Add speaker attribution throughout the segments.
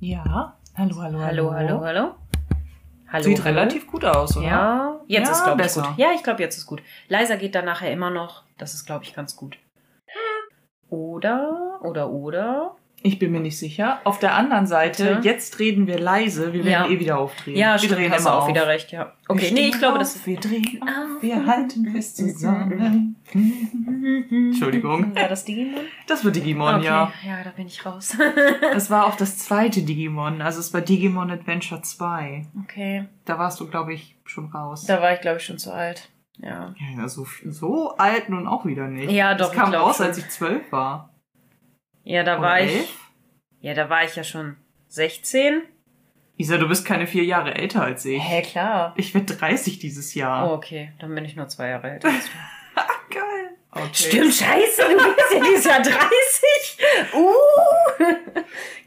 Speaker 1: Ja, hallo, hallo,
Speaker 2: Hallo, hallo, hallo. Hallo.
Speaker 1: Sieht
Speaker 2: hallo.
Speaker 1: relativ gut aus, oder?
Speaker 2: Ja, jetzt
Speaker 1: Ja,
Speaker 2: ist glaube ich
Speaker 1: besser.
Speaker 2: gut. Ja, ich glaube, jetzt ist gut. Leiser geht dann nachher immer noch. Das ist glaube ich ganz gut. Oder oder oder.
Speaker 1: Ich bin mir nicht sicher. Auf der anderen Seite,
Speaker 2: Bitte?
Speaker 1: jetzt reden wir leise, wir werden
Speaker 2: Ja.
Speaker 1: eh wieder aufdrehen.
Speaker 2: Ja,
Speaker 1: wir
Speaker 2: stimmt,
Speaker 1: drehen
Speaker 2: hast du
Speaker 1: immer
Speaker 2: auch
Speaker 1: auf.
Speaker 2: wieder recht, ja. Okay,
Speaker 1: wir
Speaker 2: nee, ich
Speaker 1: stehen
Speaker 2: glaube,
Speaker 1: auf,
Speaker 2: das
Speaker 1: wir drehen auf, wir halten fest zusammen. Entschuldigung.
Speaker 2: War das Digimon?
Speaker 1: Das war Digimon, ja.
Speaker 2: ja, da bin ich raus.
Speaker 1: Das war auch das zweite Digimon, also es war Digimon Adventure 2.
Speaker 2: okay,
Speaker 1: Da warst du, glaube ich, schon raus.
Speaker 2: da war ich glaube ich schon zu alt. Ja.
Speaker 1: ja, so, so alt nun auch wieder nicht.
Speaker 2: Ja, doch,
Speaker 1: Das
Speaker 2: ich
Speaker 1: kam
Speaker 2: glaub
Speaker 1: raus,
Speaker 2: schon.
Speaker 1: als ich zwölf war.
Speaker 2: Ja, da
Speaker 1: Oder
Speaker 2: war ich.
Speaker 1: elf?
Speaker 2: Ja, da war ich ja schon 16.
Speaker 1: Isa, du bist keine vier Jahre älter als ich.
Speaker 2: Hä, klar.
Speaker 1: Ich werde 30 dieses Jahr.
Speaker 2: Oh, okay, dann bin ich nur zwei Jahre älter. als du.
Speaker 1: Geil. Okay.
Speaker 2: Stimmt, scheiße, du bist ja dieses Jahr 30. Uh,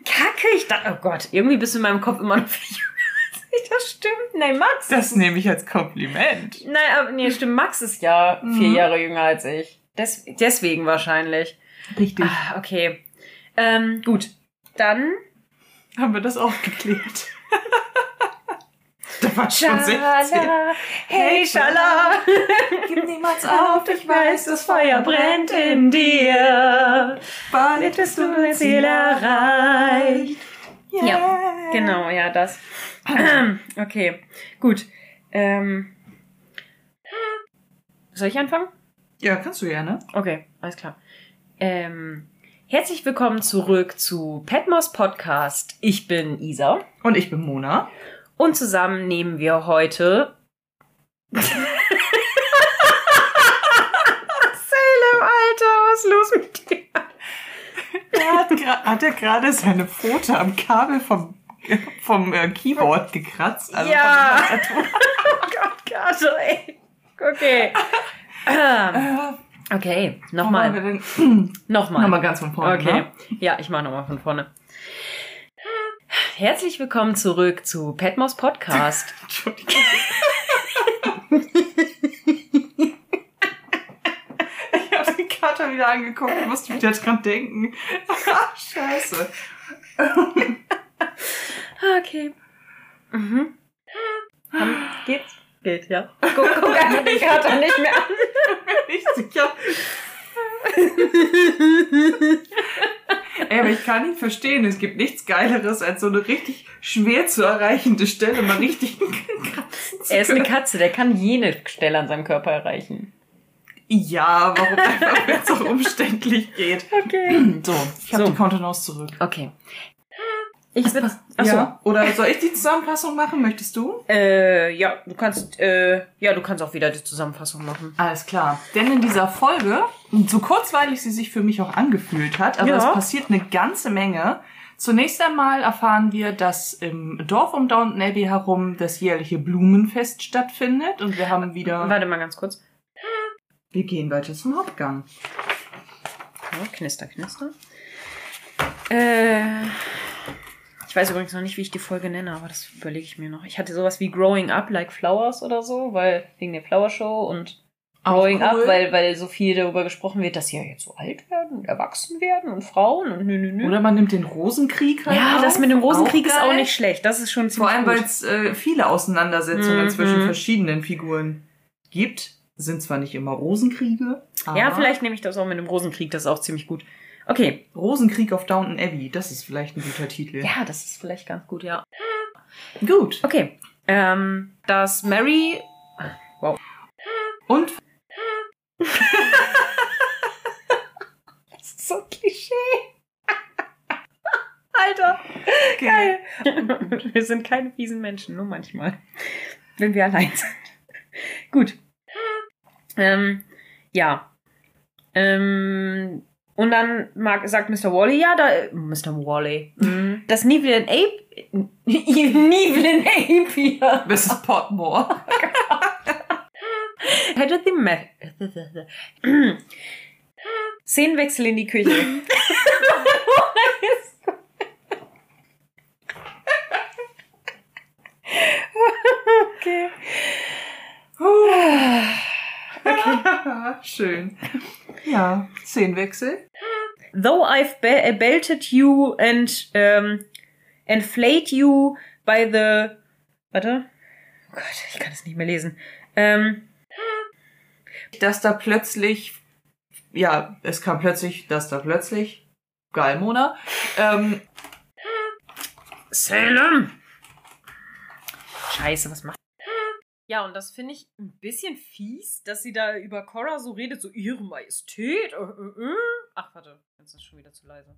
Speaker 2: kacke, ich dachte, oh Gott, irgendwie bist du in meinem Kopf immer noch viel jünger als ich. Das stimmt. Nein, Max.
Speaker 1: Das nehme ich als Kompliment.
Speaker 2: Nein, aber nee, stimmt, Max ist ja vier
Speaker 1: Mhm.
Speaker 2: Jahre jünger als ich. Des, deswegen wahrscheinlich.
Speaker 1: Richtig.
Speaker 2: Ah, okay. Ähm, gut. Dann.
Speaker 1: Haben wir das auch geklärt? da war ich schon 16.
Speaker 2: Schala. Hey, Schala.
Speaker 1: Gib niemals
Speaker 2: Auf, ich weiß, das Feuer brennt in dir.
Speaker 1: Bald
Speaker 2: Damit bist du mein Ziel erreicht.
Speaker 1: Yeah.
Speaker 2: Genau, ja, das. okay, gut. Ähm, soll ich anfangen?
Speaker 1: Ja, kannst du gerne.
Speaker 2: Okay, alles klar. Ähm, herzlich willkommen zurück zu Petmos Podcast. Ich bin Isa
Speaker 1: Und ich bin Mona.
Speaker 2: und zusammen nehmen wir heute. Salem, Alter, was ist los mit dir?
Speaker 1: Er hat, gra- hat er gerade seine Pfote am Kabel vom, vom äh, Keyboard gekratzt. Also
Speaker 2: ja. oh Gott, Kato, ey. Okay. Ähm,
Speaker 1: Von, äh,
Speaker 2: Okay,
Speaker 1: wo
Speaker 2: nochmal.
Speaker 1: waren wir denn?
Speaker 2: Nochmal.
Speaker 1: Nochmal ganz von vorne.
Speaker 2: Okay.
Speaker 1: Ne?
Speaker 2: Ja, ich mache nochmal von vorne. Herzlich willkommen zurück zu Petmos Podcast.
Speaker 1: Entschuldigung. ich habe den Kater wieder angeguckt und musste wieder dran denken. Ah, Scheiße.
Speaker 2: Okay. Mhm. Haben- Geht's? Geht, ja. Guck, guck einfach den Kater nicht mehr an.
Speaker 1: Nicht sicher. Ey, aber ich kann nicht verstehen, es gibt nichts Geileres, als so eine richtig schwer zu erreichende Stelle mal richtig kratzen zu
Speaker 2: Er ist eine
Speaker 1: können.
Speaker 2: Katze, der kann jede Stelle an seinem Körper erreichen.
Speaker 1: Ja, warum einfach, wenn es so umständlich geht.
Speaker 2: Okay.
Speaker 1: So, ich habe
Speaker 2: So.
Speaker 1: die Kontenance zurück.
Speaker 2: Okay. Ich sitze.
Speaker 1: Ja. Oder soll ich die Zusammenfassung machen? Möchtest du?
Speaker 2: Äh, ja, du kannst, äh, ja, du kannst auch wieder die Zusammenfassung machen.
Speaker 1: Alles klar. Denn in dieser Folge, so kurzweilig sie sich für mich auch angefühlt hat, aber
Speaker 2: Ja.
Speaker 1: es passiert eine ganze Menge. Zunächst einmal erfahren wir, dass im Dorf um Downton Abbey herum das jährliche Blumenfest stattfindet und wir haben wieder...
Speaker 2: Warte mal ganz kurz.
Speaker 1: Wir gehen weiter zum Hauptgang.
Speaker 2: Ja, knister, knister. Äh, ich weiß übrigens noch nicht, wie ich die Folge nenne, aber das überlege ich mir noch. Ich hatte sowas wie Growing Up Like Flowers oder so, weil wegen der Flower Show und Growing
Speaker 1: Auch cool.
Speaker 2: Up, weil, weil so viel darüber gesprochen wird, dass sie ja jetzt so alt werden und erwachsen werden und Frauen und nü, nü, nü.
Speaker 1: Oder man nimmt den Rosenkrieg halt
Speaker 2: ja,
Speaker 1: auf.
Speaker 2: das mit dem Rosenkrieg ist auch
Speaker 1: geil.
Speaker 2: nicht schlecht. Das ist schon ziemlich
Speaker 1: Vor allem,
Speaker 2: gut.
Speaker 1: weil es äh, viele Auseinandersetzungen
Speaker 2: Mhm.
Speaker 1: zwischen verschiedenen Figuren gibt. Sind zwar nicht immer Rosenkriege, aber
Speaker 2: ja, vielleicht nehme ich das auch mit dem Rosenkrieg, das ist auch ziemlich gut. Okay,
Speaker 1: Rosenkrieg auf Downton Abbey, das ist vielleicht ein guter Titel.
Speaker 2: ja, das ist vielleicht ganz gut, ja.
Speaker 1: Gut.
Speaker 2: Okay, ähm, dass Mary
Speaker 1: Und
Speaker 2: Das ist so ein Klischee. Alter, geil. Wir sind keine fiesen Menschen, nur manchmal. Wenn wir allein sind. Gut. Ähm, ja. Ähm, und dann mag, sagt Mr. Wally, ja, da. äh, Mr. Wally. Mhm. Das Evelyn Ape. Evelyn Ape hier.
Speaker 1: Mrs. Potmore.
Speaker 2: Hätte die Meth. Szenenwechsel in die Küche. okay.
Speaker 1: Schön. Ja, Szenenwechsel.
Speaker 2: uh, Though I've be belted you and ähm, Inflate you by the. Warte. Oh Gott, ich kann es nicht mehr lesen. Ähm,
Speaker 1: Dass da plötzlich, ja, es kam plötzlich, dass da plötzlich, geil, Mona, ähm,
Speaker 2: Salem! Scheiße, was macht. Ja, und das finde ich ein bisschen fies, dass sie da über Cora so redet, so ihre Majestät. Äh, äh, äh. Ach, warte, jetzt ist schon wieder zu leise.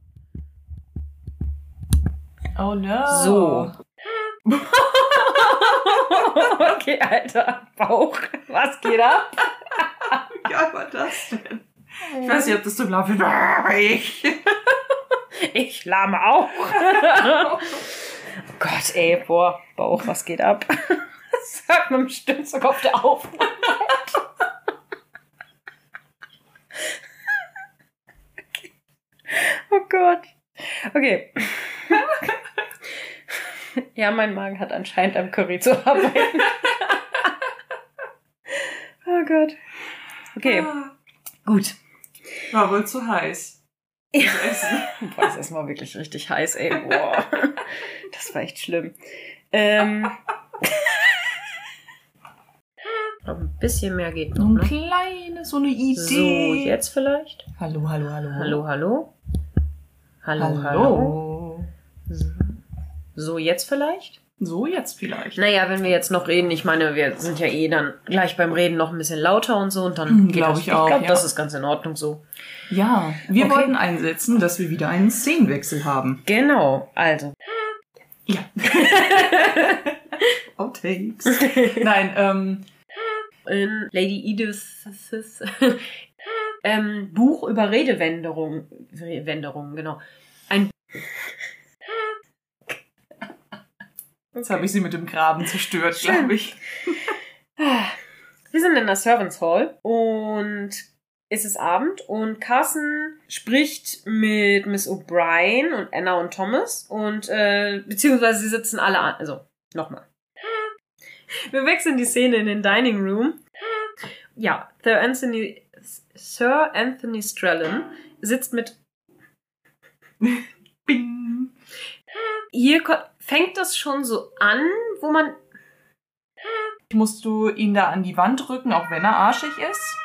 Speaker 1: oh no.
Speaker 2: So. okay, Alter, Bauch. Was geht ab?
Speaker 1: Wie geil war das denn? Ich weiß nicht, ob das so blau wird. Ich.
Speaker 2: Ich lahme auch. oh Gott, ey, boah, Bauch, was geht ab? Sag mit dem Stützung auf der Aufnahme. oh Gott. Okay. ja, mein Magen hat anscheinend am Curry zu arbeiten. oh Gott. Okay,
Speaker 1: Ah,
Speaker 2: gut.
Speaker 1: War wohl zu heiß.
Speaker 2: Ja.
Speaker 1: Zu essen.
Speaker 2: Boah, das ist mal wirklich richtig heiß, ey. Boah. Das war echt schlimm. Ähm. Ein bisschen mehr geht ne?
Speaker 1: So ein kleines, so eine Idee.
Speaker 2: vielleicht.
Speaker 1: Hallo, hallo, hallo.
Speaker 2: hallo.
Speaker 1: Hallo.
Speaker 2: So, jetzt vielleicht?
Speaker 1: So jetzt vielleicht.
Speaker 2: Naja, wenn wir jetzt noch reden, ich meine, wir sind ja eh dann gleich beim Reden noch ein bisschen lauter und so und dann
Speaker 1: Hm,
Speaker 2: geht
Speaker 1: glaub
Speaker 2: das.
Speaker 1: ich auch,
Speaker 2: Ich glaube,
Speaker 1: ja.
Speaker 2: das ist ganz in Ordnung so.
Speaker 1: Ja, wir
Speaker 2: Okay.
Speaker 1: wollten einsetzen, dass wir wieder einen Szenenwechsel haben.
Speaker 2: Genau, also.
Speaker 1: Ja. Outtakes. Nein, ähm,
Speaker 2: in Lady Ediths ähm, Buch über Redewänderung, Redewänderungen, genau. Ein
Speaker 1: jetzt habe ich sie mit dem Graben zerstört,
Speaker 2: Schön.
Speaker 1: glaube ich.
Speaker 2: Wir sind in der Servants Hall und es ist Abend und Carson spricht mit Miss O'Brien und Anna und Thomas und äh, beziehungsweise sie sitzen alle an. Also, nochmal. Wir wechseln die Szene in den Dining Room. Ja, Sir Anthony, Sir Anthony Strellen sitzt mit
Speaker 1: Bing.
Speaker 2: hier ko- fängt das schon so an, wo man.
Speaker 1: Musst du ihn da an die Wand drücken, auch wenn er arschig ist?